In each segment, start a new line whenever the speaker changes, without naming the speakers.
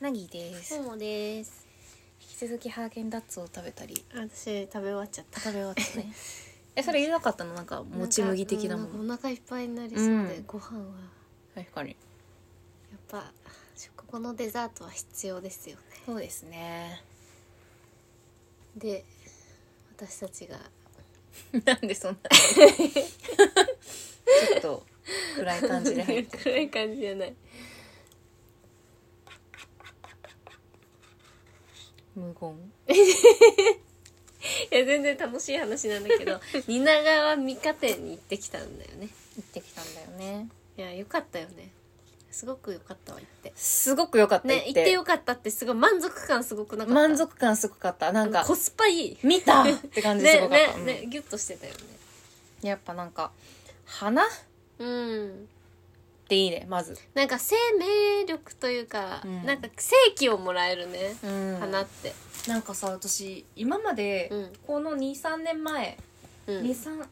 なぎです
ももです
引き続きハーゲンダッツを食べた り
あ私食べ終わっちゃった
食べ終わった ねえそれ言えなかったのなんかもち麦的なも
んか
の
うんなんかお腹いっぱいになりそうで、
うん
ご飯は
確かに
やっぱ食後のデザートは必要ですよね
そうですね
で私たちが
なんで そんなちょっと暗い感じで入って
暗い感じじゃない
無言
いや全然楽しい話なんだけ ど蜷川美香店に行ってきたんだよね
行ってきたんだよね
いやよかったよねすごくよかったわ行って
すごく良かった、
ね行ってよかったってすごい満足感すごくなかった
満足感すごかったな
なんんか
か
コスパいい
見たって感じす
ね
ごかった、
ねねギュッとしてたよね
うんやっぱなんか花っ
うん
ていいねまず、
なんか生命力というか、
うん
なんか生気をもらえるね、
うん
花って
なんかさ私今まで
うん
この23年前、
うん
23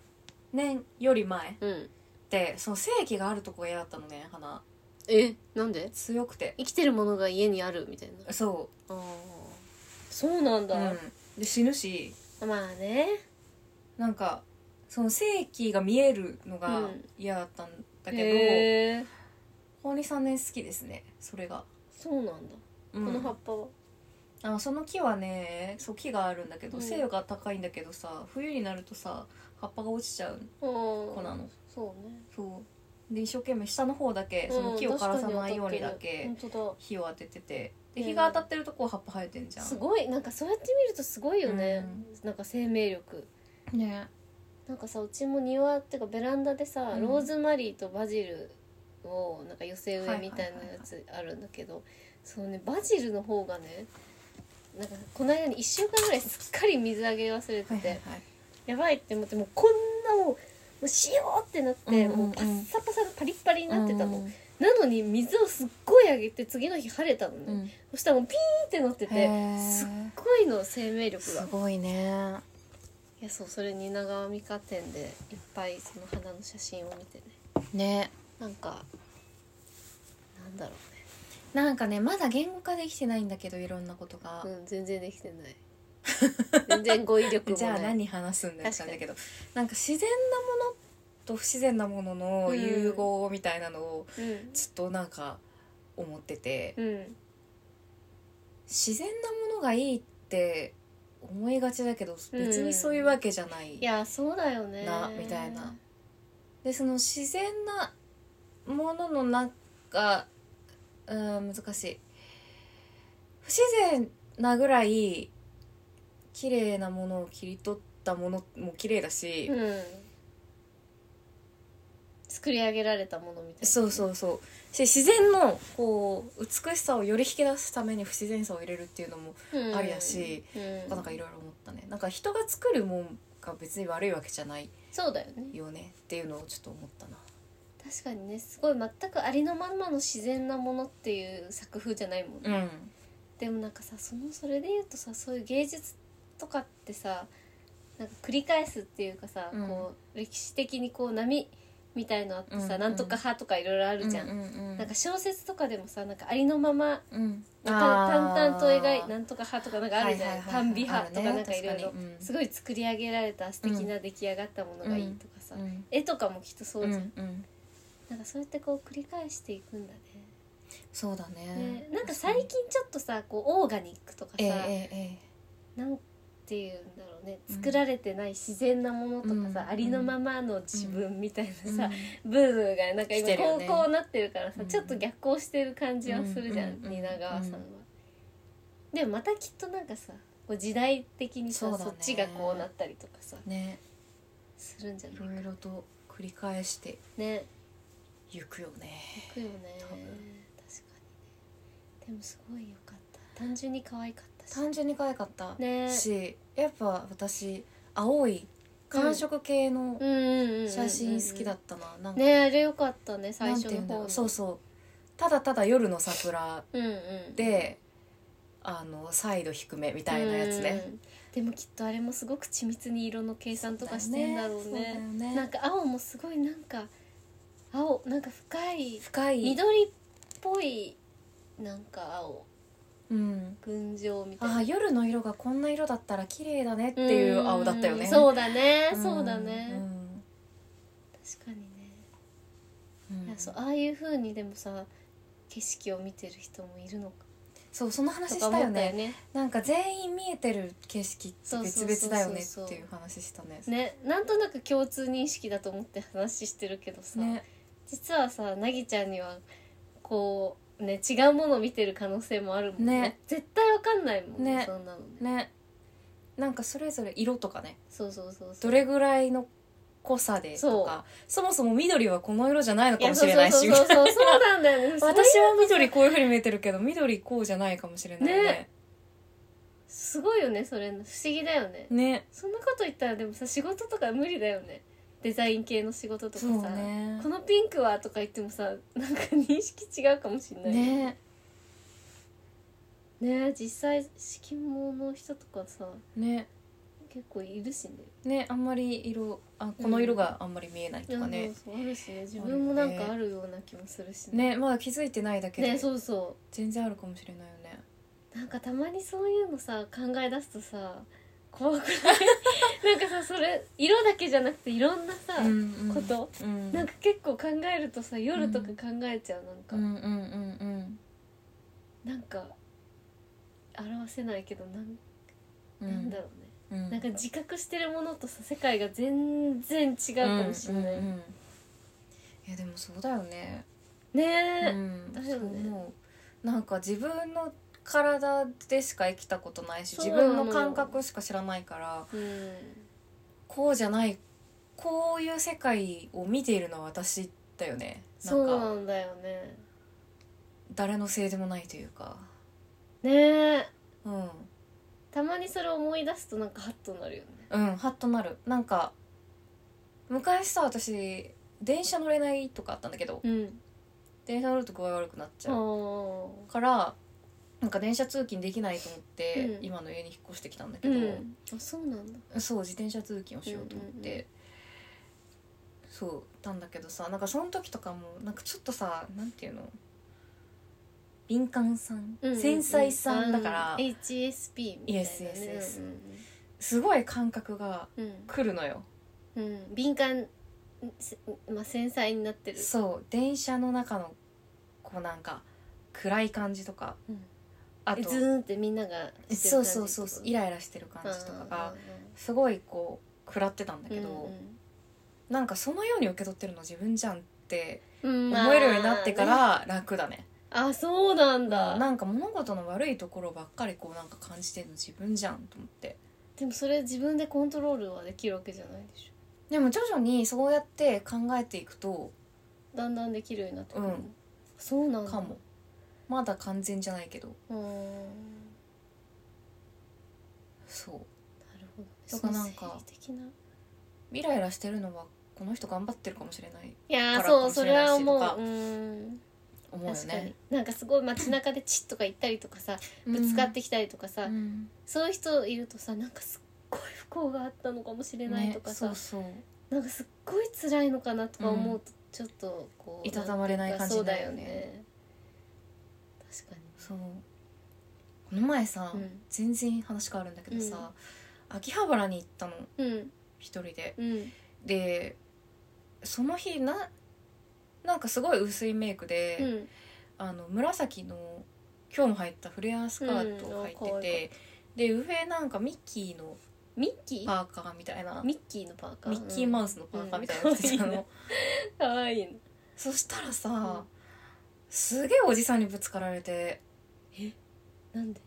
年より前っ
うん
てその正気があるとこが嫌だったのね花
えなんで
強くて
生きてるものが家にあるみたいな
そ
あーそうなん
う、
だ、
で死ぬし
まあね
なんかその正気が見えるの
う
が
ん
嫌だったんだ
だ
けど、
けど
この23年好きですねそれが、
そうなんだ、
うん
この葉っぱは
あその木はねそう木があるんだけど
うん
精度が高いんだけどさ冬になるとさ葉っぱが落ちちゃう子
こ
なの
そうね
そうで一生懸命下の方だけその木を枯らさないようにだけ
本当
火を当ててて
う
で
ん
日が当たってるとこ葉っぱ生えてんじ
だ
ゃ
す
ん
ごいなんかそうやって見るとすごいよね、なんか生命力
ね
なんかさうちも庭っていうかベランダでさ、
うん
ローズマリーとバジルをなんか寄せ植えみたいなやつあるんだけど、そのねバジルの方がねなんかこの間に1週間ぐらいすっかり水あげ忘れてて、
はいはいはい
やばいって思ってもうこんなもうもうしようってなって、
うんうんうん
もうパッサパサのパリッパリになってたの、
うん
なのに水をすっごいあげて次の日晴れたのね、
うん
そしたらもうピーンってなって
へ
て
ー
すっごいの生命力が
すごいね
いやそうそれ蜷川美香店でいっぱいその花の写真を見てね
ね
なんかなんだろうね
なんかねまだ言語化できてないんだけどいろんなことが、
うん全然できてない全然語彙力もない
じゃあ何話すんだって感じだけどなんか自然なものと不自然なものの融合みたいなのを
うん、
ずっとなんか思ってて、
うん、
自然なものがいいって思いがちだけど
うん
別にそういうわけじゃない、
いやそうだよね
なみたいなでその自然なものの中うん難しい不自然なぐらい綺麗なものを切り取ったものも綺麗だし、
うん作り上げられたものみたいな
そうそうそうし自然のこう美しさをより引き出すために不自然さを入れるっていうのも
うん
ありやし、
うん
なんかいろいろ思ったねなんか人が作るもんが別に悪いわけじゃない
そうだよね
よねっていうのをちょっと思ったな
確かにねすごい全くありのまんまの自然なものっていう作風じゃないもんね
うん
でもなんかさそのそれで言うとさそういう芸術とかってさなんか繰り返すっていうかさ、
うん
こう歴史的にこう波みたいのあってさ、
うんうん
なんとか派とかいろいろあるじゃん、
うんうんうん
なんか小説とかでもさなんかありのまま
うん、
た淡々と描い
あー
なんとか派とかなんかあるじゃん、
はいはいはい
短美派とか
ある
な
ね
んかいろいろ、
確かにうん
すごい作り上げられた素敵な出来上がったものがいいとかさ、
うん
絵とかもきっとそうじゃん、
うんうん
なんかそうやってこう繰り返していくんだね、
そうだね
ねなんか最近ちょっとさこうオーガニックとかさ、
えええええ
なんていうんだろうね
うん
作られてない自然なものとかさ、
うん
ありのままの自分みたい
え
なさ、ブームがなんか
来てる
今
よ
こ
ね
うこうなってるからさ、
うん
ちょっと逆行してる感じはするじゃ
う
ん、
んうんうん
蜷川さんは。でもまたきっとなんかさこう時代的にさ
そう
そ,、
だね
っちがこうなったりとかさ
うんね
するんじゃ
い
ない
ろいろと繰り返して
ね
いくよね
行くよね
多
確かにね
分
でもすごいよかった単純に可愛かったし
単純に可愛かった
ね
しやっぱ私青い寒色系の
うんうんうんうん
写真好きだったななんか
ねあれよかったね最
なん
初
てい
の
うんだ
方
ろ
の
うそうそうただただ夜の桜
うんうん、
であのサイド低めみたいなやつね
うんでもきっとあれもすごく緻密に色の計算とかしてんだろう
そ
ね
だよ
なんか青もすごいなんか青なんか深い
深い
緑っぽいなんか青
うん
群青みたい
あ
な
ー夜の色がこんな色だったら綺麗だねっていう青だったよね
んそうだね
うん
そうだね、
うん
確かにね、
うん
いやそうああいう風にでもさ景色を見てる人もいるのか
そうその話
と
し
か
た
思
よ
った
ね
よね
なんか全員見えてる景色って別々だよね
そうそうそうそう
っていう話したね
ねなんとなく共通認識だと思って話してるけどさ、
ね
実はさなぎちゃんにはこうね違うものを見てる可能性もあるもんね
ね
絶対わかんないもんね
ね
そんなのね
ねなんかそれぞれ色とかね
そうそうそうそう
どれぐらいの濃さでとかそもそも緑はこの色じゃないの
い
か
や
も
そ
し
う
れ
そ
な
う
いし
そう
みたいうな
そそうそうなんだよ ね
私は緑こういうふうに見えてるけど緑こうじゃないかもしれないよね
すごいよねそれ不思議だよね
ね
そんなこと言ったらでもさ仕事とか無理だよねデザイン系の仕事とか
そ
さ、
うね
このピンクはとか言ってもさなんか認識違うかもしれない
ね
ね実際色盲の人とかさ
ね
結構いるしね
ねあんまり色あこの色があんまり見えないとかね、
そうそうあるしね自分もなんかあるような気もするし
ねまだ気づいてないだけ
ね
で
そうそ
全然あるかもしれないよね
うなんかたまにそういうのさ考え出すとさ怖くないなんかさそれ色だけじゃなくていろんなさ、
うんうん
こと
うん
なんか結構考えるとさ夜とか考えちゃうなんか、
うんうんうん
なんか表せないけどなん
うん
なんだろうね、
うん
なんか自覚してるものとさ世界が全然違うかもしれない、
うんうんうんいやでもそうだよねう
ね
ん
だよね
そう思うなんか自分の体でしか生きたことないし
そう
自
なのよ
分の感覚しか知らないから
え、
こうじゃないこういう世界を見ているのは私だよねな
そ
ん
う
か
なんだよね
誰のせいでもないというか
ねえ
うん
たまにそれを思い出すとなんかハッとなるよね
うんハッとなるなんか昔さ私電車乗れないとかあったんだけど
うん
電車乗ると具合悪くなっちゃう
あ
からなんか電車通勤できないと思って、
うん
今の家に引っ越してきたんだけ
う
ど、
んあそうなんだ
そう自転車通勤をしようと思って、
うんうんう
そうたんだけどさなんかその時とかもなんかちょっとさなんていうの敏感さん、繊細さんだから、
うん HSP みたいな、ね、
Yes, yes, yes すごい感覚が
うん
来るのよ
うん、うんうん敏感、せまあ、繊細になってる、
そう電車の中のこうなんか暗い感じとか
うん、
あ
え
と
ズーンってみんながして
そう
る感じ
そうそうそうイ
って
ライラしてる感
こと
じとかが
うんうんうん
すごいこう食らってたんだけど、
うん
なんかそのように受け取ってるの自分じゃんって
うん
思えるようになってか
まあね
ら楽だね,、
あそうなんだ
なんか物事の悪いところばっかりこうなんか感じてるの自分じゃんと思って
でもそれ自分でコントロールはできるわけじゃないでし
でも徐々にそうやって考えていくと
ょだんだんできるようになってくる、
うん
そうなんだ
かもまだ完全じゃないけど
うーんな
そう
るほど
とかなんか
その生理的な
イライラしてるのはこの人頑張ってるかもしれない
いやー
からか
そう
もし
そ
れ
れ
ない
は
し
もう
とか
うーん
思うよ
確かに、
ね
なんかすごい街中でチッとか行ったりとかさぶつかってきたりとかさ、
うんうん
そういう人いるとさなんかすっごい不幸があったのかもしれないとかさ、
ね、そうそう
なんかすっごい辛いのかなとか思うとちょっとこう
いたたまれない感じ
そう
にな
だ
る
よ
よね
ね確かに
そうこの前さ、
うん
全然話変わるんだけどさ、秋葉原に行ったの
うん
一人で
うん
でその日ななんかすごい薄いメイクで、
うん
あの紫の今日も入ったフレアスカートを履
うん
いてて、で上なんかミッキーの
ミッキー
パーカーみたいなミ
ミッキーのパーカー
ッキーマウスのパーカーみたいなの着てたの、
うんうんかわいいの
そしたらさ、
うん
すげえおじさんにぶつかられて
なんで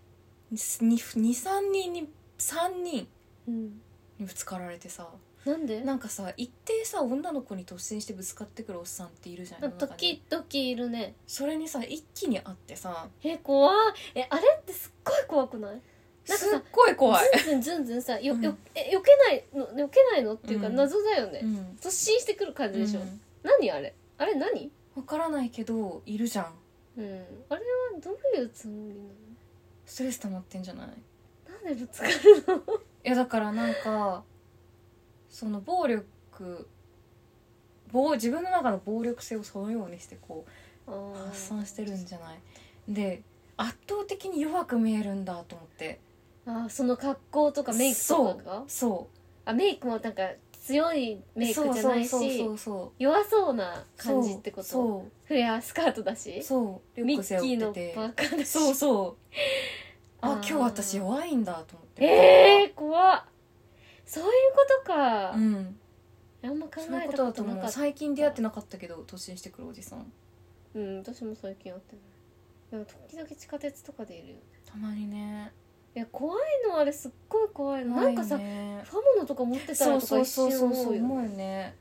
23人に3人
うん
にぶつかられてさ
なんで
なんかさ一定さ女の子に突進してぶつかってくるおっさんっているじゃん世の中に
時々いるね
それにさ一気に会ってさ
え怖いえあれってすっごい怖くないなんかさ
すっごい怖い、
ずんずんずんずんさよ
うん
よえ避けないの避けないのっていうか
うん
謎だよね、
うん、
突進してくる感じでしょ、
うん
何あれあれ何
わからないけどいるじゃん
うんあれはどういうつもりなの
ストレス溜まってんじゃないい
なんでぶつかるの
やだからなんかその暴力暴自分の中の暴力性をそのようにしてこう
あー
発散してるんじゃないで圧倒的に弱く見えるんだと思って
あーその格好とかメイクとかが
そ
あメイクもなんか強いうメイクじゃない
そうそうそ
し
うそう
弱そうな感じってこと
そ
フレアスカートだし
うそうリュッ
ミ
ク背
ッキ
負
ー
っ
の
てて
パーカーだし
そうそうあ
あー
今日私弱いんだと思って
ええー、怖っそういうことか、
うん
あんま考
そういう
え
こ
た
と
こ
だと
と
思
な
う
かった
最近出会ってなかったけど突進してくるおじさん
うん私も最近会ってないでも時々地下鉄とかでいるよね
たまにね
いや怖いのあれすっごい怖いのなんかさ、
怖いね
刃物とか持ってた
そ
ら
う
とか
そう
一
そう
瞬
そう
思
そう
うよ
思う
ね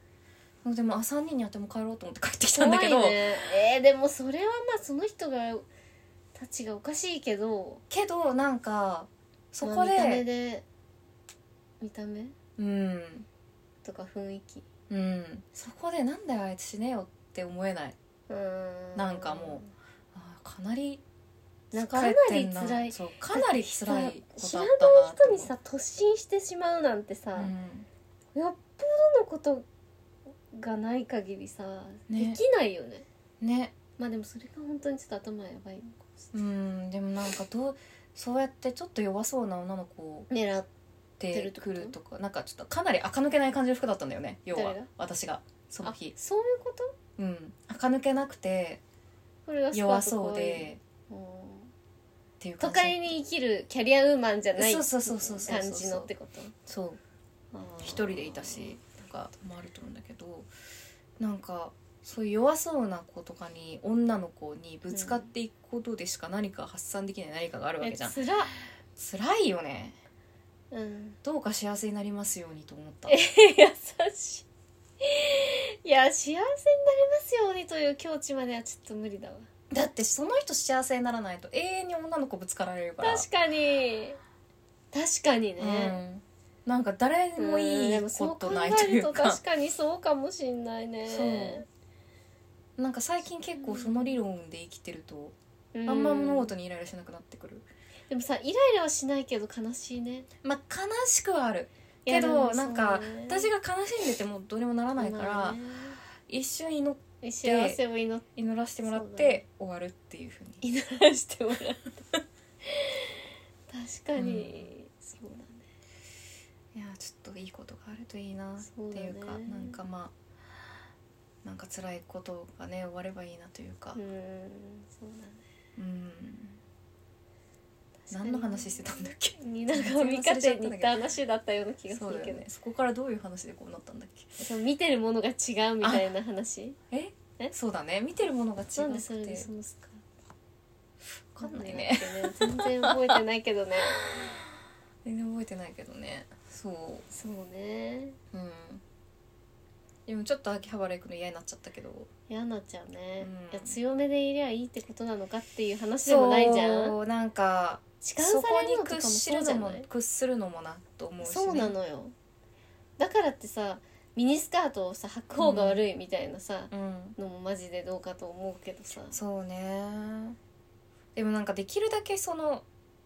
よねでもあ3人に会っても帰ろうと思って帰ってきたん
怖
だけ
い
ど、
ねえー、でもそれはまあその人がたちがおかしいけど
けどなんかそ
ま
こ
あ見た目
で,、
で見た目
うん
とか雰囲気
うんそこでなんだよあいつ死ねよって思えないう
ーん
なんかもあーかなり
な
疲
かな
れて
り
んな
辛い
そうかなり辛い
知
だ
ら
っ
ない
たなって
人
思う
にさ突進してしまうなんてさ、
うん
よっぽどのことがない限りさ、
ね
できないよね
ね
まあでもそれが本当にちょっと頭やばいのかもし
うんでもなんかどうそうやってちょっと弱そうな女の子を
れない狙っ
ってくるとかなんかちょっとかなり垢抜けない感じの服だったんだよね要は
誰が
私がその
あ
日
そういうこと
うん垢抜けなくて
これがスカート
弱そう
可愛い
で
うん
っていう
都
感
会
じ
に生きるキャリアウーマンじゃない
そう
感
そうそうそうそうそう
じのってこと
そう
あー
一人でいたしとかもあると思うんだけどなんかそういう弱そうな子とかに女の子にぶつかっていくことでしか何か発散できない何かがあるわ
え
けじゃん
つらっ
辛いよね
うん
どうか幸せになりますようにと思った
優しいいや幸せになれますようにという境地まではちょっと無理だわ
だってその人幸せにならないと永遠に女の子ぶつかられるから
確かに確かにね、
うん、なんか誰
うん、
もいい
でも
こ
そう
と
考
ないと
え
い
る
う
と
か
確かにそうかもしんないね
そうなんか最近結構その理論で生きてると
う
あんま物事にイライラしなくなってくる、
でもさイライラはしないけど悲しいね
まあ悲しくはある
いや
けど
でも
なんか
そうね
私が悲しんでてもどうにもならないか
ま
ら
あね
一瞬祈
幸せを祈っ
祈らせてもらっ
そうだね
て終わるっていうふうに
祈らしてもらった確かに、そうだね
いやちょっといいことがあるといいなっ
そう
て
だね
いうかなんかまあなんか辛いことがね終わればいいなというか
うーんそうだね
うん何の話してたんだっけ
になんか見方に似た話だったような気がす
そう
る
だ
け
よ
ど
ねそこからどういう話でこうなったんだっけ
その見てるものが違うみたいな話
え
え
そうだね見てるものが違
なん
う
で
く
それで
て
そのスカ
分
ート
かんないね
全然覚えてないけ どね
全然覚えてないけどねそ
そうね
ううんでもちょっと秋葉原行くの嫌になっちゃったけど
嫌になっちゃうね、
うん
いや強めでいりゃいいってことなのかっていう話でもないじゃん
そうなんか
痴漢
そ
さ
こ
れる
に
のとかも
屈す
そう
るの
じゃ
も
ない
屈するのもなと思うし、ね、
そうなのよだからってさミニスカートをさ履く方が悪いみたいなさ、
うん
のもマジでどうかと思うけどさ
そうねでもなんかできるだけその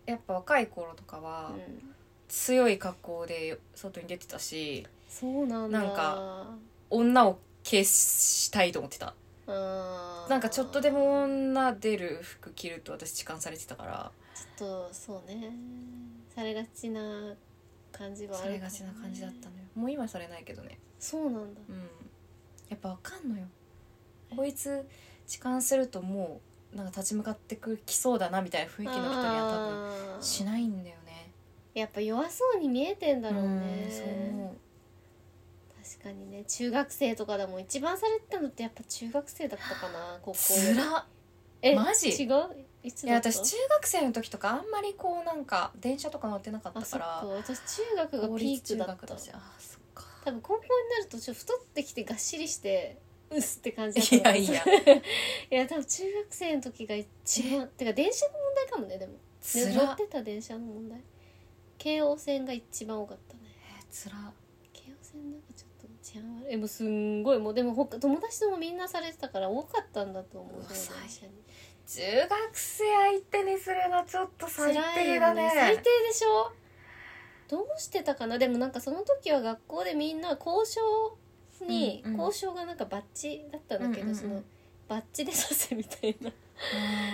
やっぱ若い頃とかは
うん
強い格好で外に出てたし
そうなんだ
なんか女を消したいと思ってた
あー
なんかちょっとでも女出る服着ると私痴漢されてたから
ちょっとそうねされがちな感じはあ
さ
る
れ
かも
が
ね
ちな感じだったのよもう今されないけどね
そうなんだ
うんやっぱわかんのよこいつ痴漢するともうなんか立ち向かってくきそうだなみたいな雰囲気の人には
あ
多分
ー
しないんだよね
やっぱ弱そうに見えてんだろうね
んそう思
確かにね中学生とかだもん一番されてたのってやっぱ中学生だったかな高
う
校よ
つ
り
らっ
え
マジ
違ういつ
い
だ
や
った
私中学生の時とかあんまりこうなんか電車とか乗ってなかった
あそ
か
っから私中学が
公
ピー
立
ク
中
だった
学だしあそっか
多分高校になるとちょっと太ってきてがっしりしてうっすって感じだった
いやい や
いや多分中学生の時が一番てか電車の問題かもねでも
つ
ね乗
ら
ってた電車の問題京王線が一番多かったね
つら
京王線なんかちょっと治安悪いえもうすんごいもうでもほか友達ともみんなされてたから多かったんだと思う
うわ
その電車に
中学生相手にするのちょっと最低だね
辛いよ最低でしょどうしてたかなでもなんかその時は学校でみんな交渉に、
うんうん
交渉がなんかバッジだったんだけど、
うんうんうん
そのバッチでさせみたいな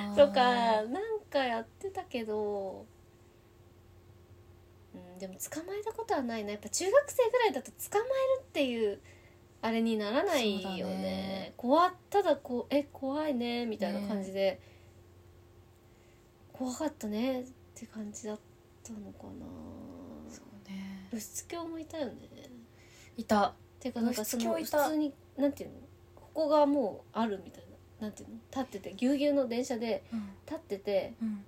あー
とかなんかやってたけど、うん、でも捕まえたことはないなやっぱ中学生ぐらいだと捕まえるっていうあれにならないよね
そうだね
怖っただこう「え怖いね」みたいな感じで、怖かったねって感じだったのかな
そうね
露出狂もいたよね
いた
てかなんかその
露
普
出狂いた
通になんていうのここがもうあるみたいななんていうの立っててぎゅうぎゅうの電車で
うん
立ってて
うん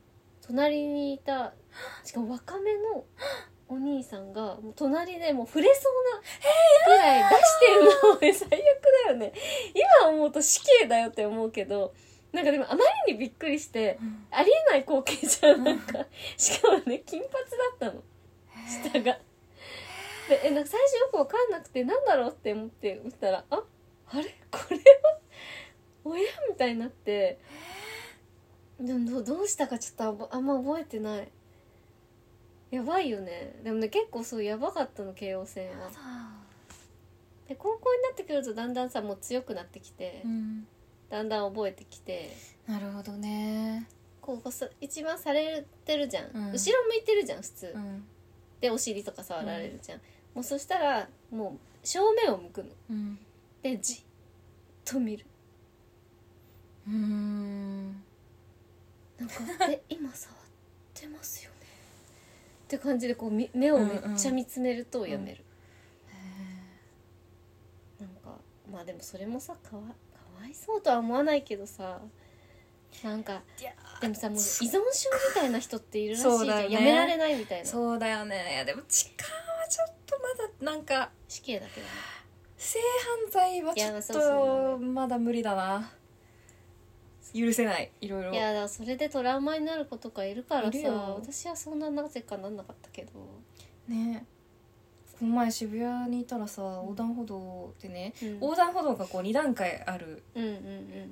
隣にいたしかも若めのお兄さんがもう隣でもう触れそうなぐらい出してるの最悪だよね今思うと死刑だよって思うけどなんかでもあまりにびっくりしてありえない光景じゃんなんかしかもね金髪だったの下が。でえなんか最初よく分かんなくてなんだろうって思って見たらああれ これは親みたいになってでもどうどうしたかちょっとあぼあんま覚えてないやばいよねでもね結構そうやばかったの京王線は
やだ
で高校になってくるとだんだんさもう強くなってきて、
うん
だんだん覚えてきて
なるほどね
こうさ一番されてるじゃん、
うん
後ろ向いてるじゃん普通、
うん
でお尻とか触られるじゃん、もうそしたらもう正面を向くの
うん
でじっと見る
うーん
なんか「 え今触ってますよね」って感じでこうみ目をめっちゃ見つめるとやめる、なんかまあでもそれもさかわかわいそうとは思わないけどさなんか
いや
でもさもう依存症みたいな人っているらしい
そう
じゃ
だ
ん、
よね
やめられないみたいな
そうだよねいやでも痴漢はちょっとまだなんか
死刑だけどね
性犯罪はち
い
ょ
や
っ
そうそうな
とまだ無理だな許せないいろいろ
いやだからそれでトラウマになる子とかいるから
い
さ
るよ
私はそんななぜかなんなかったけど、
ねこの前渋谷にいたらさ横断歩道でね
うん、
横断歩道がこう2段階ある
うんうんうん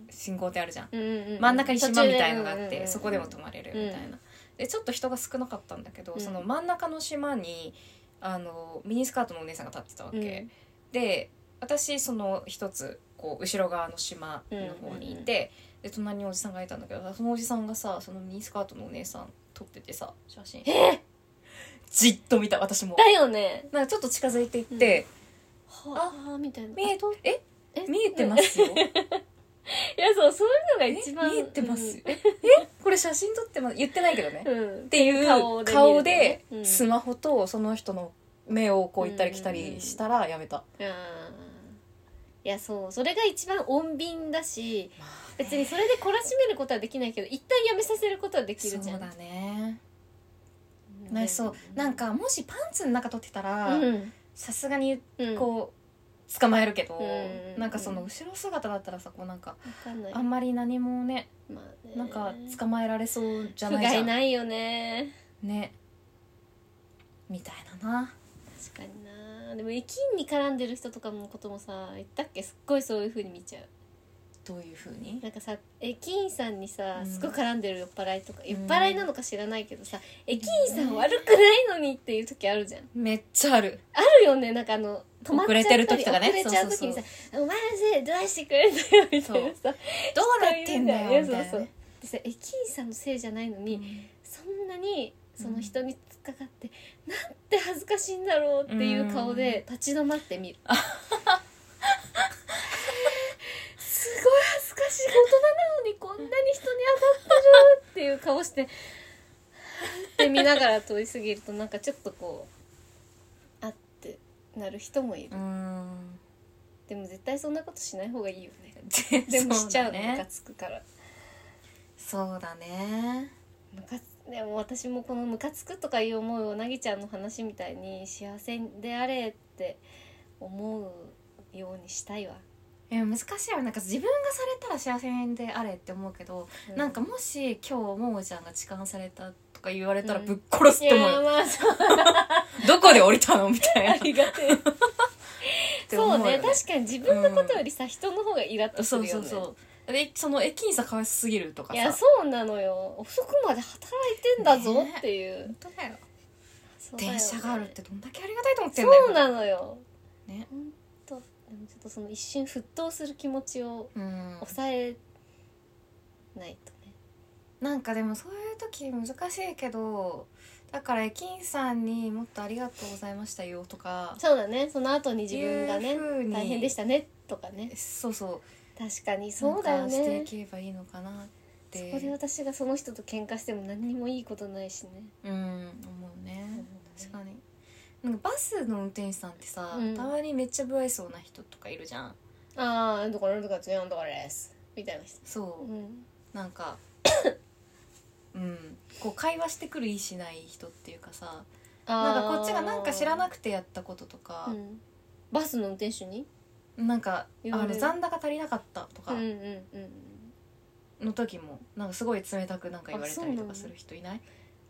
信号ってあるじゃん
うんうんうん
真ん中に島みたいのがあ
途
っ
中で
てそこでも止まれるみたいなでちょっと人が少なかったんだけどその真ん中の島にあのミニスカートのお姉さんが立ってたわ
うん
けで私その一つこう後ろ側の島の方にいて、で隣におじさんがいたんだけどそのおじさんがさそのミニスカートのお姉さん撮っててさ写真じっと見た私も
だよね
なんかちょっと近づいていって
はあみたいな
「見え
あと
え
え
見えて ますよ
いやそうそういうのが
え
一番
見えてますよええこれ写真撮ってます」言ってないけどね
う
っ
ん
ていう
顔
顔
で
で,、
見るねうん
スマホとその人の目をこう行ったり来たりしたらやめた、
あーいやそうそれが一番穏便だし別にそれで懲らしめることはできないけど一旦やめさせることはでき
そ
る
う
じゃん
だね
うん
なりそうなんかもしパンツの中撮ってたら
うん
さすがに
うんわ
こう捕まえるけど、
うん
なんかその後ろ姿だったらさこうなんか
かんない
あんまり何もね
まあね
なんか捕まえられそうじゃない
不
じゃ
甲斐
ん
ないよね
ねみたいなな
確かになでも駅に絡んでる人とかのこともさ言ったっけすっごいそういう風に見ちゃう
どういうふうに
なんかさ駅員さんにさ
うん
すごい絡んでる酔っ払いとか、
ん
酔っ払いなのか知らないけどさ駅員さん悪くないのにっていう時あるじゃん
めっちゃある
あるよねなんかあの止まっ
遅
ちゃった
れて
り
る時とかね
遅れちゃう時にさ「お前せどうしてくれたよ」みたいなさ
どうなってんだよみ
そう
た
そ
いな
うそう
ね
でさ駅員さんのせいじゃないのに、そんなにその人に突っかかって、なんて恥ずかしいんだろうっていう顔で立ち止まってみる、すごい恥ずかしい大人なのにこんなに人に当たってるっていう顔してって見ながら通り過ぎるとなんかちょっとこうあってなる人もいる、
うん
でも絶対そんなことしない方がいいよねで
で
も
も
し
し
ち
ち
ゃう
ゃ
の
うね
ムカつくから
そうだね
ムカつでも私もこのムカつくとかいう思いをなぎちゃんの話みたいに幸せであれって思うようにしたいわ、
いや難しいよなんか自分がされたら幸せであれって思うけど、
う
なんかもし今日ももちゃんが痴漢されたとか言われたら
うん
ぶっ殺す
い
って
や
思うよ、
まあそう
どこで降りたのみたい な
ありがてえ
て思
そう
うよね
ね確かに自分のことよりさ、人の方がイラッとす
そ
る
う
よ
そ
ね
うそうでその駅員さんかわいすぎるとか
い
さ
やそうなのよ遅くまで働いてんだぞ
ね
っていう,
本当だよ
そうだよね、
電車があるってどんだけありがたいと思ってんだよ
そうなのよ
ね
ほんとでもちょっとその一瞬沸騰する気持ちを
うん
抑えないとね
なんかでもそういう時難しいけどだから駅員さんにもっとありがとうございましたよとか
そうだねその後に自分が
い
ね
う風に
大変でしたねとかね
そうそう
確かにそうだよ
なんかして
ね
いけばいいのかなっ
そ
て
こで私がその人と喧嘩しても何にもいいことないしね
うん思うね確かになんかバスの運転手さんってさ、
うん
たまにめっちゃ不愛想な人とかいるじゃん
ああどころどころ強いんところですみたいな人
そううんなんか うんこう会話してくる意しない人っていうかさなんかこっちがなんか知らな
く
くてやったこととか、
バスの運転手に
なんかあ
言われ
の
る
残高足りなかったとか
うんうんうん
の時もなんかすごい冷たくなんか言われたりとかする人いない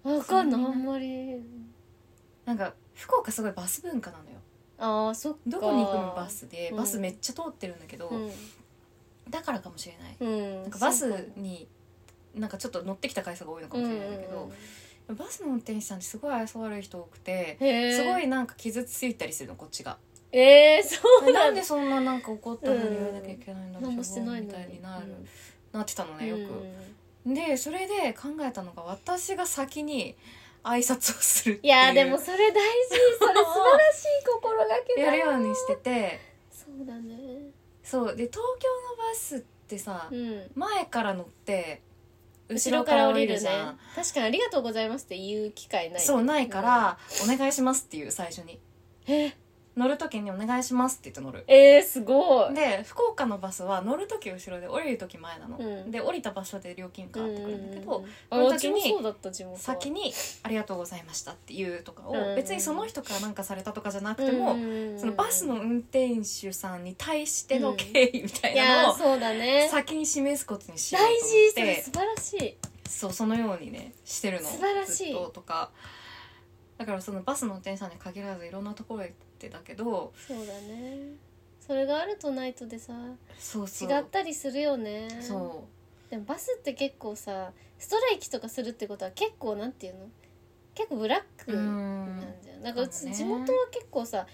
うんわかんない
そん
あ
なにね
んまり
なんか福岡すごいバス文化なのよ
ああそっか
どこに行くもバスで
うん
バスめっちゃ通ってるんだけど、
うん
だからかもしれない
うん
なんかバス
そうかも
になんかちょっと乗ってきた回数が多いのかもしれないんだけ
うんう
ど
ん、
バスの運転手さんってすごい愛想悪い人多くて
うんへえ
すごいなんか傷ついたりするのこっちが
えー、そう
な
なん
ん
だ
でそんななんか怒ったのに言わなきゃいけないんだろう
何もしてないのに
みたいになる、
うん
なってたのねよく、
うん
でそれで考えたのが私が先に挨拶をするって
い
いう
やーでもそれ大事それ素晴らしい心がけだ
やるようにしてて
そうだね
そうで東京のバスってさ、
うん
前から乗って
後ろから降りるね確かに「ありがとうございます」って言う機会ない
そうないから、お願いしますっていう最初に
え
乗る時に「お願いします」って言って乗る
えー、すごい
で福岡のバスは乗る時後ろで降りる時前なの、
うん
で降りた場所で料金変わってくるんだけど、
うん
その
あう
時
ちも
に
そうだった地元は
先に「ありがとうございました」っていうとかを、
うん
別にその人からなんかされたとかじゃなくても、そのバスの運転手さんに対しての敬意みたい
い
な
やー
のを
そうだね
先に示すことにしようと
大
思
事
っ
それ
て
素晴らしい
そうそのようにねしてるの
素晴らし
ずっ
い
ととかだからそのバスの運転手さんに限らずいろんなところへ行ってたけど
そうだねそれがあるとないとでさ
そうそ
違
う
ったりするよね
そ
でもバスって結構さストライキとかするってことは結構なんていうの結構ブラッ
う
ク
う
なんんじゃんなんかうち
かもね
地元は結構さ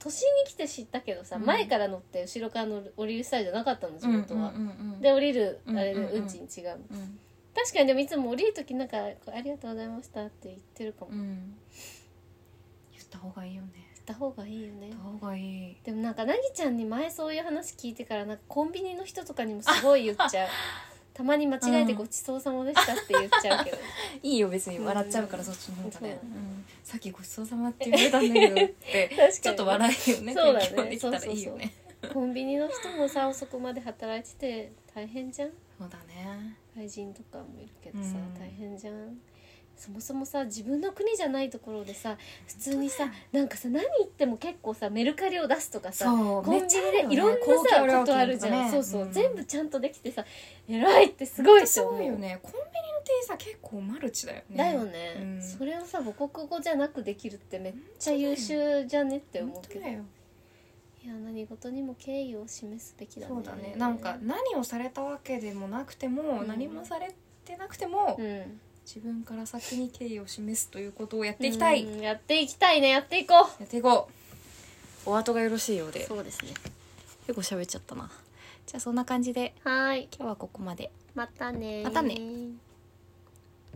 都心に来て知ったけどさ、
うん
前から乗って後ろから乗る降りるスタイルじゃなかったの地
うん
元は、
うんうんうん
で降りるあれ
う
で
んうんうん
運賃違う、
うん
確かにでもいつも降りる時なんか「ありがとうございました」って言ってるかも、
う
言っ
ん言った方がいいよね
た方がいいよね
言った方がいい
でもなんかなぎちゃんに前そういう話聞いてからなんかコンビニの人とかにもすごい言っ ちゃうたまに間違えて「ごちそうさまでした」って言っちゃうけど
いいよ別に
うん
笑っちゃうからそっちの方がね、、
そううん
さっきごちそうさまって言われたんだけどって
確かに
ちょっと笑いよね
そうだね
提供できたらいいよね
コンビニの人もさ遅くまで働いてて大変じゃん
そうだね
外人とかもいるけど
う
さ、
ん
大変じゃんそもそもさ自分の国じゃないところでさ普通にさなんかさ何言っても結構さメルカリを出すとかさ
そう
コンビニでいろんな
公共料
さ
金
ことあるじゃん、
とかね
そうそう、
ん
全部ちゃんとできてさ偉いってすごい
す
と思
ご
う
いよねコンビニの店員さん結構マルチだよね
だよね、
うん
それをさ母国語じゃなくできるってめっちゃ優秀じゃねって思
本
うけ
当
ど
だ
いや
よ
何事にも敬意を示すべきだね
そうだねなんか何をされたわけでもなくても、
うん
何もされてなくても、
うん
自分から先に敬意を示すということをやっていきたい、
う
や
んやっていきたいねやっていこう
っていこうお後がよろしいようで
そうですね
結構喋っちゃったなじゃあそんな感じで
はーい
今日はここまで
またねー
また
ね